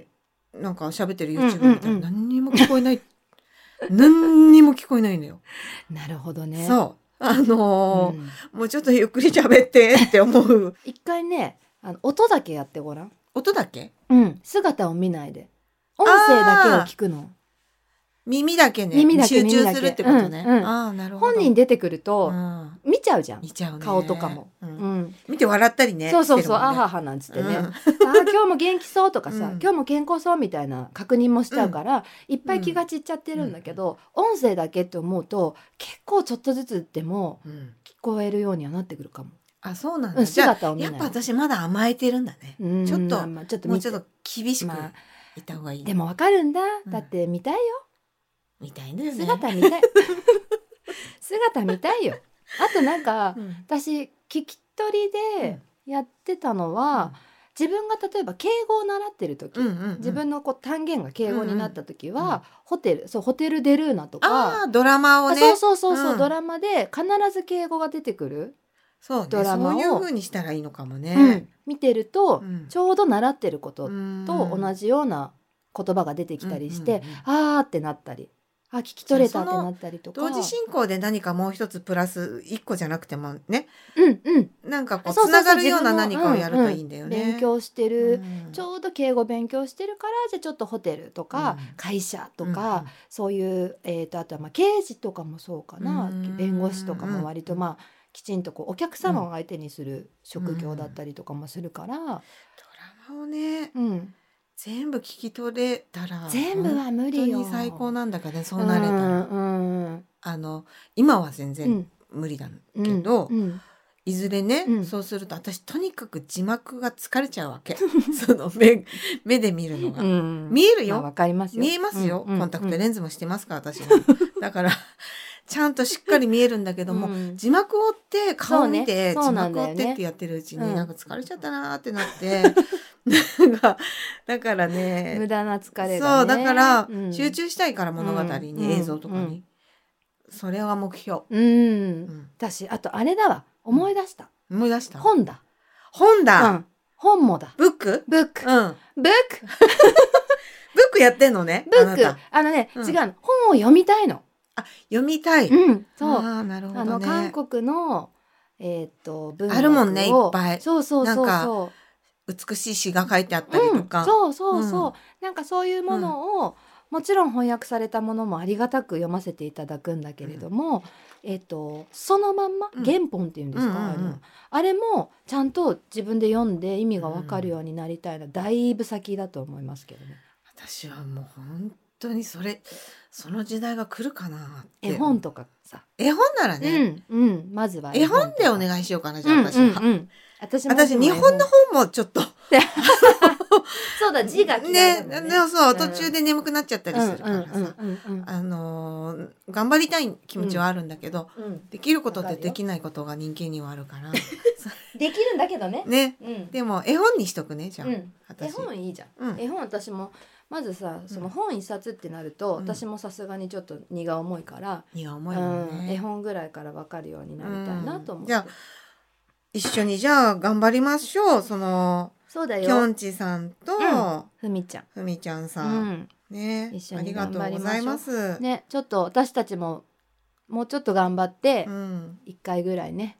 S2: なんか喋ってる
S1: うんうん
S2: YouTube みたい
S1: うん
S2: な何にも聞こえない
S1: <laughs>
S2: 何にも聞こえないのよ。
S1: うんなるほどね
S2: そうあのー
S1: ん
S2: もうちょっとゆっくり喋ってって思う <laughs>
S1: 一回ねあの音だけやってごらん、
S2: 音だけ
S1: うん、姿を見ないで音声だけを聞くの
S2: 耳だけね
S1: 耳だけ
S2: 集
S1: 耳
S2: 中
S1: だけ
S2: するってことね。
S1: うんうん
S2: ああなるほど
S1: 本人出てくると
S2: うん
S1: 見ちゃうじゃん、
S2: 見ちゃうね
S1: 顔とかも、
S2: う
S1: うんん、
S2: 見て笑ったりね
S1: そうそうそう、あ
S2: あ
S1: ははなんつってね、あ
S2: ね
S1: ー今日も元気そうとかさ、
S2: うん
S1: 今日も健康そうみたいな確認もしちゃうから、いっぱい気が散っちゃってるんだけど、音声だけって思うと結構ちょっとずつでも
S2: うんうん
S1: 聞こえるようにはなってくるかも、
S2: あそうなん
S1: う
S2: だ
S1: ん、
S2: じゃあ
S1: 姿を見な
S2: や
S1: い
S2: っぱ私まだ甘えてるんだね
S1: うん
S2: ちょっと
S1: まあまあちょっと
S2: もう
S1: 見
S2: ち
S1: て
S2: ょっと厳しく
S1: まあ
S2: いた方がいい
S1: でもわかるんだ、
S2: うん
S1: だって見たいよ
S2: みたいんだよね
S1: 姿見
S2: <laughs>
S1: たい姿見たいよあとなんか
S2: うん
S1: 私聞き取りでやってたのは、自分が例えば敬語を習ってる時、
S2: うんうんうん
S1: 自分のこう単元が敬語になった時は、
S2: うんうんうん
S1: ホテルそうホテルデルーナと
S2: あ
S1: か
S2: あドラマをね
S1: そうそうそうそう、
S2: うん
S1: ドラマで必ず敬語が出てくる、
S2: そうね
S1: ドラマを
S2: そういう風にしたらいいのかも
S1: う
S2: ね
S1: ん、見てると、
S2: うん
S1: ちょうど習ってること
S2: うん
S1: と同じような言葉が出てきたりして、
S2: うんうんうん
S1: あーってなったりあ聞き取れたってなったりとか
S2: 同時進行で何かもう一つプラス一個じゃなくてもね
S1: うんうん、
S2: なんかこう
S1: そうそう
S2: つ
S1: そう
S2: ながるような
S1: 自
S2: 何
S1: 分の
S2: かをやるといいんだよね
S1: 勉強してる、
S2: うん
S1: ちょうど敬語勉強してるからじゃあちょっとホテルとか、
S2: うん
S1: 会社とか、そういう、えー、とあとはまあ刑事とかもそうかな
S2: うん
S1: 弁護士とかも割とまあきちんとこうお客様を相手にする職業だったりとかもするから、
S2: ドラマをね
S1: うん
S2: 全部聞き取れたら
S1: 全部は無理よ。
S2: 本当に最高なんだけどねそううなれたら、
S1: んうん
S2: あの今は全
S1: う
S2: 然
S1: ん
S2: 無理だけ
S1: うん
S2: ど、
S1: うん
S2: いずれね、
S1: うん
S2: そうすると私とにかく字幕が疲れちゃうわけ <laughs> その目目で見るのが、
S1: うん
S2: 見えるよ
S1: まあわかりますよ。
S2: 見えますよ、
S1: うんうん
S2: コンタクトレンズもしてますから
S1: <laughs>
S2: 私はだからちゃんとしっかり見えるんだけども、
S1: うん
S2: 字幕を追って顔を見て、
S1: そうねそ
S2: 字
S1: うなん
S2: 幕
S1: だ
S2: を
S1: よ
S2: 追
S1: ね
S2: ってってやってるうちに、
S1: うん
S2: なんか疲れちゃったなーってなって
S1: <laughs>
S2: なんかだからね
S1: 無駄な疲れが、ね。
S2: そうだから、
S1: うん
S2: 集。中したいから物語に、
S1: うん
S2: 映像とかに、
S1: うん
S2: それは目標、
S1: う。
S2: うんん
S1: 私あとあれだわ思い出した、
S2: 思い出した
S1: 本だ。
S2: 本だ、
S1: うん本もだ。
S2: ブック
S1: ブック、
S2: うんブ
S1: ブック
S2: ックやってんのね
S1: ブ
S2: あ
S1: ッ
S2: な
S1: ク
S2: た
S1: あのね、
S2: うん
S1: 違うの本を読みたいの。
S2: 読みたい、
S1: うん、そう。
S2: ああなるほ
S1: あ
S2: ど
S1: の
S2: ね
S1: 韓国のえーっと文
S2: あるもんね
S1: を
S2: いっぱい
S1: そうそうそう
S2: なん
S1: そう。
S2: 美しい詩が書いてあったりとか、
S1: うん、そうそうそう、
S2: うん
S1: なんかそういうものを、もちろん翻訳されたものもありがたく読ませていただくんだけれども、えっと、そのまんま
S2: うん
S1: 原本っていうんですか、
S2: うんうんうん
S1: あのあれもちゃんと自分で読んで意味がわかるようになりたいのはだいぶ先だと思いますけどね。
S2: 私はもう本当にそれその時代が来るかなって
S1: 絵本とかさ、
S2: 絵本ならね、
S1: うんうんまずは
S2: 絵本でお
S1: い
S2: 願いしようかなじ
S1: う
S2: ゃあ
S1: ん
S2: 私は、
S1: うんうん私も
S2: 私日本の本もちょっと
S1: そうだ字が嫌い
S2: ね
S1: だもん
S2: ねそう
S1: うん
S2: 途中で眠くなっちゃったりするからさ、
S1: うんうんうんうん
S2: あのー頑張りたい気持ちはあるんだけど、
S1: うん
S2: できることっ
S1: わか
S2: て
S1: るよ
S2: できないことが人間にはある <laughs> から
S1: できるんだけどね。
S2: ね
S1: うん
S2: でも絵本にしとくねじゃあ、
S1: うん絵
S2: 私
S1: 本いいじゃん。
S2: うん
S1: 絵本私もまずさその本一冊ってなると、
S2: うん
S1: 私もさすがにちょっと荷が重いから、
S2: 荷が
S1: う
S2: 重いもん
S1: ん
S2: ね、
S1: 絵本ぐらいから分かるようになりたいなと思って、
S2: うんじゃあ一緒にじゃあ頑張りましょうその
S1: そうだ
S2: きょ
S1: よ
S2: んちさんと、
S1: んふみちゃん。
S2: ふみちゃん
S1: う
S2: さん、
S1: ん、
S2: ね
S1: 一緒
S2: あ
S1: に
S2: りが
S1: 頑
S2: と
S1: 張
S2: う
S1: り
S2: ご
S1: ま
S2: ざ
S1: しょう
S2: います、
S1: ねちょっと私たちももうちょっと頑張って
S2: うん
S1: 一回ぐらいね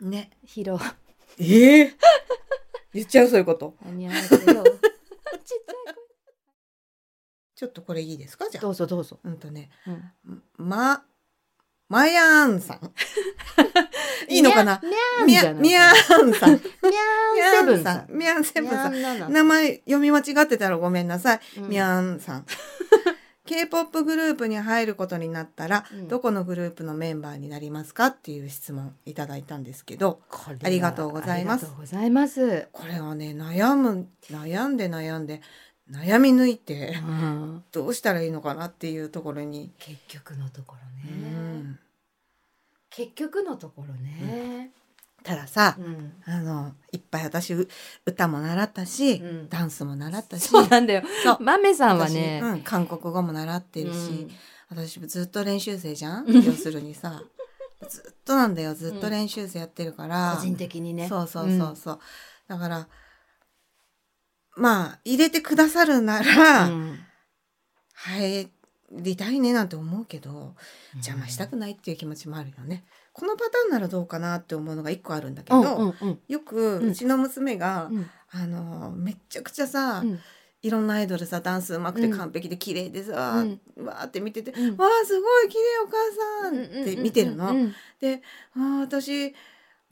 S2: ね
S1: 披露
S2: ええ <laughs> 言っちゃうそういうこと
S1: 間に合わせ
S2: <laughs>
S1: ようちっちゃい
S2: ちょっとこれいいですかじゃ
S1: ど
S2: あ
S1: うぞどうぞ、
S2: うんとね
S1: うん
S2: ままやんさ
S1: <laughs>
S2: んいいのかな
S1: み
S2: み
S1: ゃ
S2: や
S1: ん
S2: み
S1: じ
S2: や
S1: ゃない
S2: んさん
S1: みゃんセブンさん
S2: みやんセブンさん
S1: みゃんなの
S2: 名前読み間違ってたらごめんなさい、
S1: うん
S2: みやん
S1: <laughs>
S2: さん K-POP グループに入ることになったら、
S1: うん
S2: どこのグループのメンバーになりますかっていう質問いただいたんですけど
S1: これは
S2: ありがとうございま
S1: あり
S2: す
S1: がとうございます。
S2: これはね悩む悩んで悩んで悩み抜いて <laughs>
S1: うん
S2: どうしたらいいのかなっていうところに、
S1: 結局のところ
S2: う
S1: ね。
S2: ん、
S1: 結局のところね。
S2: たださ、
S1: うん。
S2: あのいっぱい私う歌も習ったし、
S1: うん
S2: ダンスも習ったし
S1: そうなんだよ。
S2: そう
S1: マメさんは
S2: 私
S1: ね。
S2: うん、韓国語も習ってるし、
S1: うん
S2: 私ずっと練習生じゃん
S1: うん
S2: 要するにさずっとなんだよずっと練習生やってるから、
S1: 個人的にね。
S2: そうそうそうそう、だからまあ入れてくださるなら、
S1: うん。
S2: 入りたいねなんて思うけど邪魔した
S1: け
S2: くないっていう気持ちもあるよね。このパターンならどうかなって思うのが一個あるんだけ
S1: う
S2: ど、
S1: んうんうん
S2: よく
S1: うん
S2: うちの娘が、
S1: うん
S2: あのめっちゃくちゃさ、
S1: うん
S2: いろんなアイドルさダンスうまくて
S1: うん
S2: 完璧で綺麗でさ、わーって見てて
S1: うん
S2: わあすごい綺麗お母さんって見てるの。
S1: うんうん
S2: あー私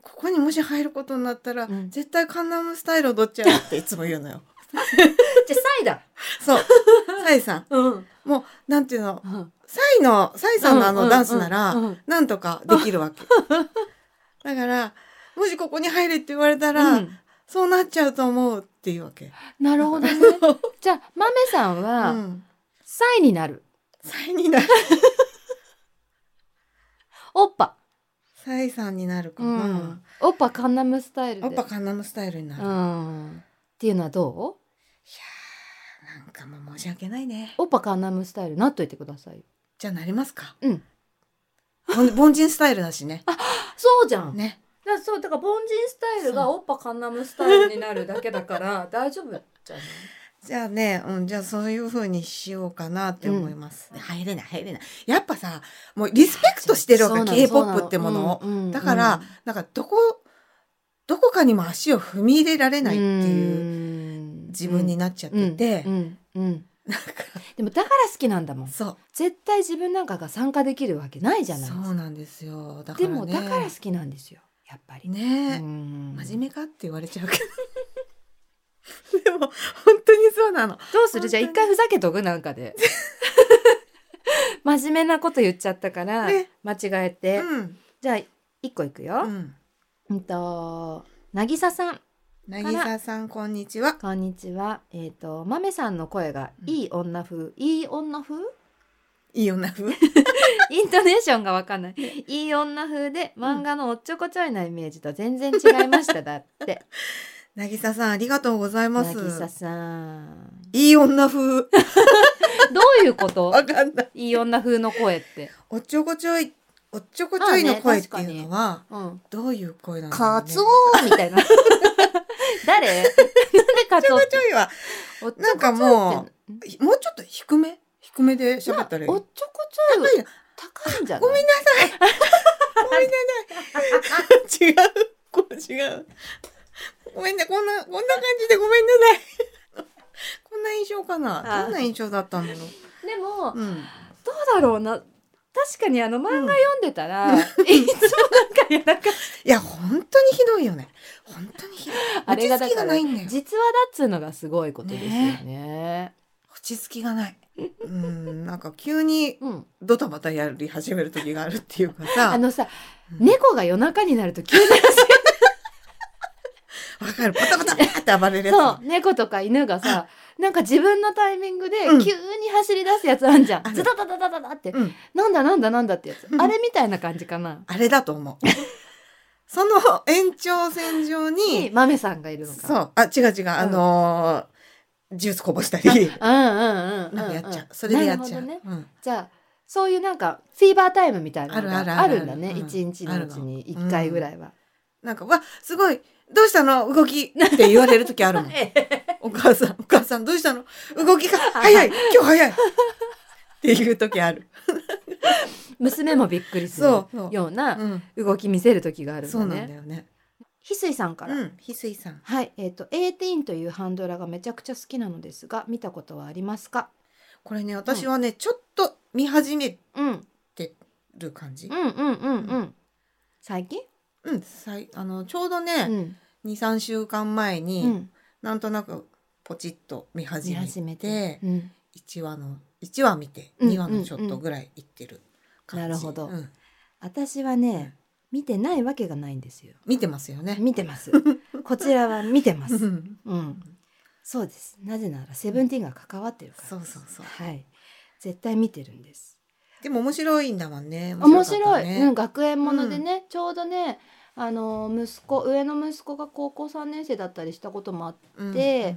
S2: ここにもし入ることになったら、
S1: うん
S2: 絶対カンナムスタイル踊っちゃうっていつも言うの
S1: <laughs>
S2: よ。
S1: じゃあサイだ。
S2: そう。サイさん。
S1: うん。
S2: もう、なんていうの、
S1: うん
S2: サイの、サイさんのあのダンスな
S1: う
S2: ら、
S1: んうんうん
S2: なんとかできる
S1: <laughs>
S2: わけ。だから、もしここに入れって言われたら、
S1: うん
S2: そうなっちゃうと思うっていうわけ。
S1: なるほどね。じゃあマメさん
S2: う
S1: は
S2: ん。
S1: サイになる。
S2: サイ
S1: <laughs>
S2: になる。
S1: オッパ。
S2: サイさんになるか
S1: う
S2: な。
S1: ん。オッパカンナムスタイルで。
S2: やっぱカンナムスタイルになる。
S1: う
S2: いや
S1: ん。っていうのはどう？
S2: ーなんかもう申し訳ないね。
S1: オッパカンナムスタイルなっといてくださいよ。
S2: じゃあなりますか
S1: うん。
S2: ぼん凡人スタイルだしね。
S1: そうじゃん。
S2: ね。
S1: だからそうだから凡人スタイルが
S2: そ
S1: オッパカンナムスタイルになるだけだから <laughs> 大丈夫じゃない。
S2: じゃあね、うん、じゃあそういう風にしようかなって思います。入れない、入れない。やっぱさ、もうリスペクトしてるわけ、K-POP ってものを。
S1: を
S2: だからなんかどこ、どこかにも足を踏み入れられないっていう
S1: いう
S2: 自分に
S1: な
S2: なっちゃってて、
S1: うんうんうんでもだから好きなんだもん。
S2: そう、
S1: 絶対自分なんかが参加できるわけないじゃないですか。
S2: そうなんですよ。だか
S1: で
S2: ら、ね、
S1: もだから好きなんですよ。やっぱり。
S2: ね、
S1: うん
S2: 真面目かって言われちゃうけど。 <laughs> でも、本当にそうなの。
S1: どうするじゃあ一
S2: 本
S1: 回ふざけとくなんかで。真面目なこと言っちゃったから、
S2: ね
S1: 間違えて、
S2: うん。
S1: じゃあ一個いく
S2: う
S1: よ。
S2: ん。
S1: うんと渚さん
S2: なぎささん、こんにちは。
S1: こんにちは。えっ、とまめさんの声が
S2: うん
S1: いい女風、いい女風
S2: いい女風。
S1: <laughs> イントネーションがわかんない。いい女風で漫画のおっちょこちょいなイメージと全然違いましただ <laughs> って。
S2: なぎささん、ありがとうございます。
S1: 渚さん
S2: いい女風。
S1: どういうこと？
S2: わかんない。
S1: いい女風の声って。
S2: おっちょこちょい、おっちょこちょいの声っていうのは、
S1: うん。
S2: どういう声なんだろう
S1: カ
S2: ね。
S1: ツオーみたいな。 <laughs>
S2: <laughs>
S1: 誰？なんでカツオ
S2: お
S1: っ
S2: っち
S1: て？
S2: ょこちょいは、
S1: おっちょこちょいって
S2: なんかもう、もうちょっと低め低めで喋ったらいい。
S1: おっちょこちょ
S2: 高
S1: い
S2: いな
S1: 高いんじゃない？
S2: ごめんなさい。
S1: <laughs>
S2: ごめんなさい。違う。こう違う。ごめんね、こんな、こんな感じでごめんなさい。こんな印象かな。
S1: あ
S2: どんな印象だったんだろう。
S1: も
S2: うん
S1: どうだろうな確かにあの漫画読んでたら、 <laughs> いつもなんかやらか
S2: いや本当にひどいよね本当にひどい
S1: あ
S2: <laughs> 落
S1: れ
S2: ち
S1: が
S2: 着
S1: だ
S2: き
S1: か
S2: が
S1: ら
S2: ないんだよ
S1: 実話だっつうのがすごいことですよね。
S2: 落ち着きがないうんなんか急に
S1: うん、
S2: ドタバタやり始める時があるっていうかさ
S1: あのさ、
S2: うん
S1: 猫が夜中になると急に走る
S2: わかるパタパタって暴れるやつ
S1: そう猫とか犬がさなんか自分のタイミングで
S2: うん
S1: 急に走り出すやつあんじゃ
S2: あ
S1: ん、
S2: る
S1: ズタタタタタタって、
S2: うん
S1: なんだなんだなんだってや
S2: <laughs>
S1: つ、
S2: うん
S1: あれみたいな感じかな
S2: あれだと思うその延長線上
S1: に
S2: に
S1: マメさんがいるのか
S2: そうあ違う違う、あのージュースこぼしたり
S1: うんうんうんうんうん
S2: なんかやっちゃうそれでやっちゃう、
S1: なるほどね
S2: うん
S1: じゃあそういうなんかフィーバータイムみたいなの
S2: ある
S1: が
S2: あるあ
S1: あ
S2: る
S1: るんだね
S2: うん
S1: 一日のうちに一回ぐらいは。
S2: なんかわすごいどうしたの動きって言われる時あるもんお母さんお母さんどうしたの
S1: <laughs>
S2: 動きが早い今日早いっていう時ある、
S1: 娘もびっくりする
S2: そうそう
S1: ような
S2: うん、
S1: 動き見せる時があるん
S2: そう
S1: だ
S2: なんだ
S1: ね。
S2: よね
S1: 翡翠さんから、
S2: うん翡翠さん
S1: はい、えっ、と、エーティーンというハンドラがめちゃくちゃ好きなのですが、見たことはありますか。
S2: これね私はね、ちょっと見始め
S1: うん、うん、
S2: る感じ
S1: うん、うん、うん。最近。
S2: うん、さいあのちょうど
S1: う
S2: ね、
S1: ん、
S2: 二三23週間前に、
S1: うん、
S2: なんとなくポチッと見始
S1: 見
S2: め
S1: 始め
S2: て
S1: て。うん、
S2: 一話の一話見て
S1: うん
S2: 二話のちょっとぐらいいってる感
S1: な
S2: じ、
S1: るほど
S2: うん
S1: 私はね、見てないわけがないんですよ。
S2: 見てますよね
S1: 見て
S2: <laughs>
S1: ます。こちらは見てま
S2: う
S1: す。
S2: ん
S1: うん。そうです。なぜなら、セブンティーンが関わってるから。
S2: <laughs> そうそうそう
S1: はい。絶対見てるんです。
S2: でも面白いんだもんね。
S1: 面
S2: か
S1: 白
S2: った
S1: い、
S2: ね
S1: うん、学園ものでね、ちょうどねあの息子上の息子が高校3年生だったりしたこともあって
S2: うん
S1: で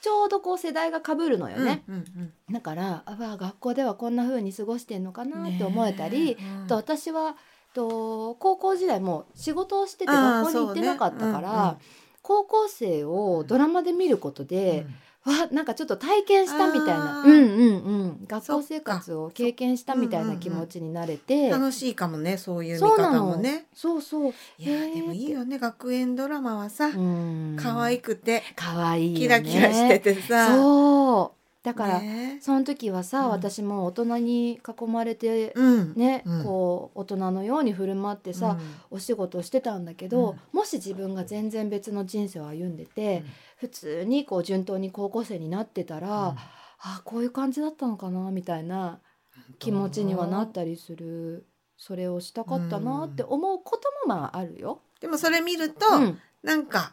S1: ちょうどこう世代がかぶるのよ
S2: うん
S1: ね、
S2: うんうん
S1: だからあわあ学校ではこんな風に過ごしてんのか
S2: う
S1: なんって思えたり、
S2: ねえ
S1: あと私はと高校時代もう仕事をしてて
S2: ああ
S1: 学校に行ってなかったから、
S2: そうね
S1: 高校生をドラマで見ること
S2: うんう
S1: で
S2: ん、
S1: わなんかちょっと体験したみたいな、
S2: あ
S1: う
S2: ー
S1: んうんうん、学校生活を経験したみたいな気持ちになれて、
S2: 楽しいかもねそういう見
S1: そうな
S2: 方
S1: の
S2: もね。
S1: そうそう
S2: いや
S1: へえ
S2: でもいいよね学園ドラマはさ可
S1: 可
S2: 愛くて
S1: 可愛いよね
S2: キラキラしててさ。
S1: そうだから、
S2: ね
S1: その時はさ、
S2: うん
S1: 私も大人に囲まれて、
S2: うん
S1: ね、
S2: うん
S1: こう大人のように振る舞ってさ、
S2: うん
S1: お仕事をしてたんだけど、
S2: うん
S1: もし自分が全然別の人生を歩んでて、
S2: うん
S1: 普通にこう順当に高校生になってたら、
S2: うん
S1: ああこういう感じだったのかなみたいな気持ちにはなったりするそれをしたかったなって思うこともまああるよ。
S2: でもそれ見ると、
S1: うん
S2: なんか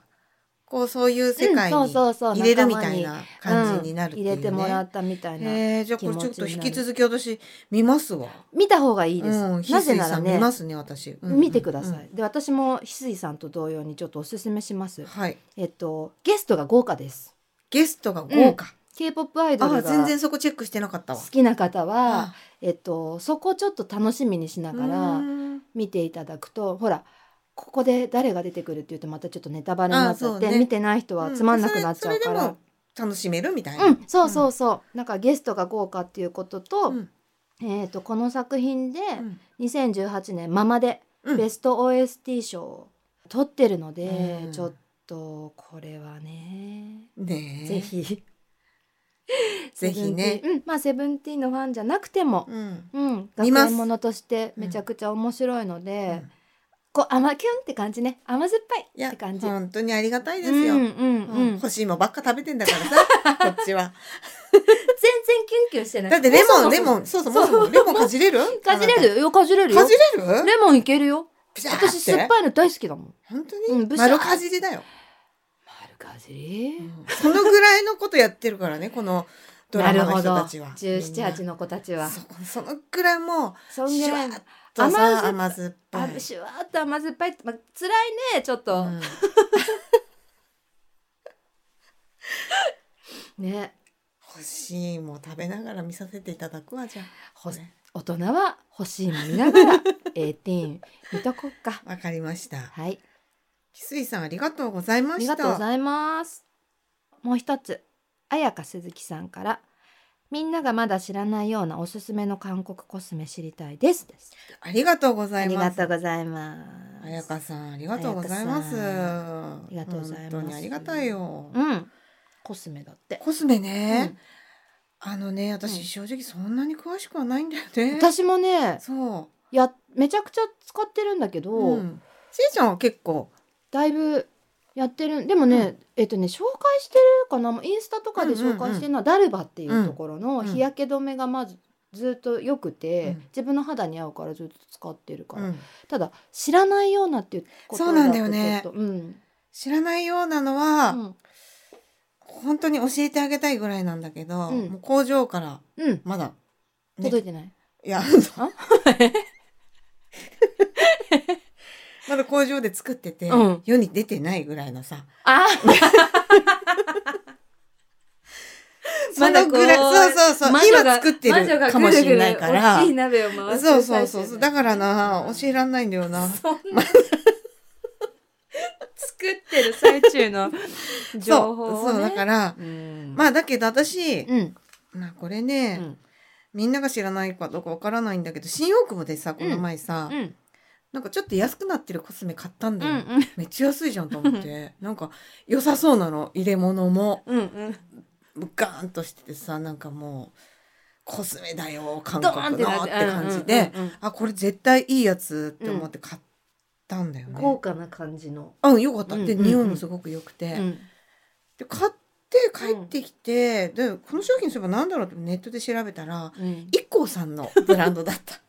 S2: こうそういう世界
S1: うん
S2: に
S1: そうそうそう
S2: 入れるみ
S1: 仲間
S2: たい
S1: に
S2: な感じになるっていうね。
S1: 入れてもらったみたいな、
S2: へえじゃあこれちょっと引き続き私見ますわ。
S1: 見た方がいいです、
S2: うん、
S1: なぜなら
S2: 翡翠さん見
S1: ね
S2: ますね私、うん
S1: 見てください、、で私も翡翠さんと同様にちょっとおすすめしま
S2: うん
S1: す
S2: はい
S1: えっとゲストが豪華です
S2: ゲストが豪華、
S1: K-POP アイド
S2: あ
S1: ル
S2: あ全
S1: が
S2: 然そこチェックしてなかった
S1: 好
S2: わ
S1: きな方は
S2: あ
S1: えっとそこちょっと楽しみにしな
S2: あ
S1: が
S2: う
S1: ら
S2: ーん
S1: 見ていただくとほらここで誰が出てくるって言うとまたちょっとネタバレになっちゃっ
S2: あ
S1: て、
S2: そうね
S1: 見てない人はつまんなくなっちゃうか
S2: んそれそれ
S1: ら
S2: でも楽しめるみたいな、
S1: うんそうそうそう、なんかゲストが豪華っていうことと、
S2: うん
S1: えっとこの作品で、
S2: うん
S1: 2018年ママで
S2: うん
S1: ベスト OST 賞を取ってるので、
S2: うん
S1: ちょっとこれはね、
S2: ねえ
S1: ぜひ
S2: <laughs> ぜひ
S1: セ
S2: ね
S1: ブンティーンうんまあセブンティーンのファンじゃなくても、
S2: うん
S1: うん、
S2: 見
S1: 学
S2: ます
S1: 園ものとしてめちゃくちゃ面白いので、
S2: うん
S1: こう甘キュンって感じね甘酸っ
S2: い
S1: ぱいっ
S2: や
S1: て感じ。
S2: 本当にありがたいです
S1: う
S2: よ、
S1: んうんう
S2: う
S1: んん、
S2: 欲しいもんばっか食べてんだからさこっちは
S1: 全然キュンキュンしてない
S2: だってレモンレ
S1: ン
S2: モンそうそうそうそうレモンかじれる
S1: かじれるよかじれ
S2: あ
S1: る
S2: な
S1: よ
S2: たかじれる
S1: レモンいけるよ
S2: ピシャーって
S1: 私酸っぱいの大好きだもん
S2: 本当
S1: う
S2: に、
S1: んブシャー
S2: 丸かじりだよ
S1: 丸かじり、
S2: そのぐらいのことやってるからね、このドラマの人たちは。
S1: 十七八
S2: の。
S1: の子たちは
S2: そそのくらいも、
S1: そうん
S2: シ
S1: ぐら
S2: ュワ
S1: い
S2: ッとさ、
S1: 甘
S2: 甘酸っぱ
S1: あ
S2: い。
S1: シュワーっと甘酸っぱいまあ辛いねちょっ
S2: う
S1: と、
S2: ん
S1: ね
S2: 欲しいも食べながら見させていただくわ、じゃあ。
S1: ほし
S2: ね
S1: 大人は欲しいも見なが <laughs> ら18見とこっか
S2: わかりました。
S1: はい
S2: 翡翠さん、ありがとうござい
S1: あ
S2: ま
S1: り
S2: した。
S1: がとうございますもう一つ綾香鈴木さんからみんながまだ知らないようなおすすめの韓国コスメ知りたいですです
S2: ありがとうござ
S1: あ
S2: い
S1: り
S2: ま
S1: が
S2: す。
S1: とうございます
S2: あやかさん、ありがとうございます。
S1: あ
S2: あ
S1: りがとうございます
S2: 本当にありがたいよ。
S1: うんコスメだって
S2: コスメね。あのね私、
S1: うん
S2: 正直そんなに詳しくはないんだよね。
S1: 私もね
S2: そ
S1: いやめちゃくちゃ使ってるんだけど、
S2: う、うん、しーちゃんは結構
S1: だいぶやってるでもね、
S2: うん
S1: えっとね紹介してるかなインスタとかで紹介してるのは、ダルバっていうところの
S2: うん
S1: 日焼け止めがまずずっと良くて、
S2: うん
S1: 自分の肌に合うからずっと使ってるか
S2: う
S1: ら、
S2: ん
S1: ただ知らないようなっていうこと
S2: そうなんだよね
S1: とちょっとうん
S2: 知らないようなのは、
S1: うん
S2: 本当に教えてあげたいぐらいなんだけど、
S1: うん
S2: もう工場から
S1: うん、
S2: まだね
S1: 届いてない
S2: いや
S1: <laughs>
S2: まだ工場で作ってて、
S1: うん
S2: 世に出てないぐらいのさ
S1: あ
S2: そのぐらい
S1: <laughs> まだこ
S2: そうそうそう今作って
S1: 魔女
S2: る
S1: が
S2: かもしれないから
S1: ぐるぐる大きい鍋を回して
S2: そ
S1: る
S2: うそう
S1: 最中
S2: そうそう
S1: ね
S2: だからな教えらんないんだよな
S1: そん
S2: <laughs>
S1: な作ってる最中の情報
S2: そう
S1: を
S2: そうだ
S1: ね
S2: から
S1: うん
S2: まあだけど私、
S1: うん
S2: まあこれね、
S1: うん
S2: みんなが知らないかどうかわからないんだけど新大久保でさこの前さ、
S1: うん
S2: なんかちょっと安くなってるコスメ買ったんだ
S1: う
S2: よ、
S1: ん
S2: めっちゃ安いじゃんと思ってなんか良さそうなの入れ物も
S1: うんうん
S2: ガーンとしててさなんかもうコスメだよ韓
S1: ドーンっ
S2: 国
S1: て
S2: の
S1: な
S2: って感じで、
S1: うんうんうん
S2: あこれ絶対いいやつって思って買ったんだよ
S1: うん
S2: ね。
S1: 豪華な感じの
S2: うん、よかった。
S1: うん
S2: で、
S1: うんうん
S2: 匂いもすごく良くて。
S1: うん
S2: で、買って帰ってきて、で、この商品すれば何だろうってネットで調べたら、
S1: うん
S2: i k さんのブランドだった。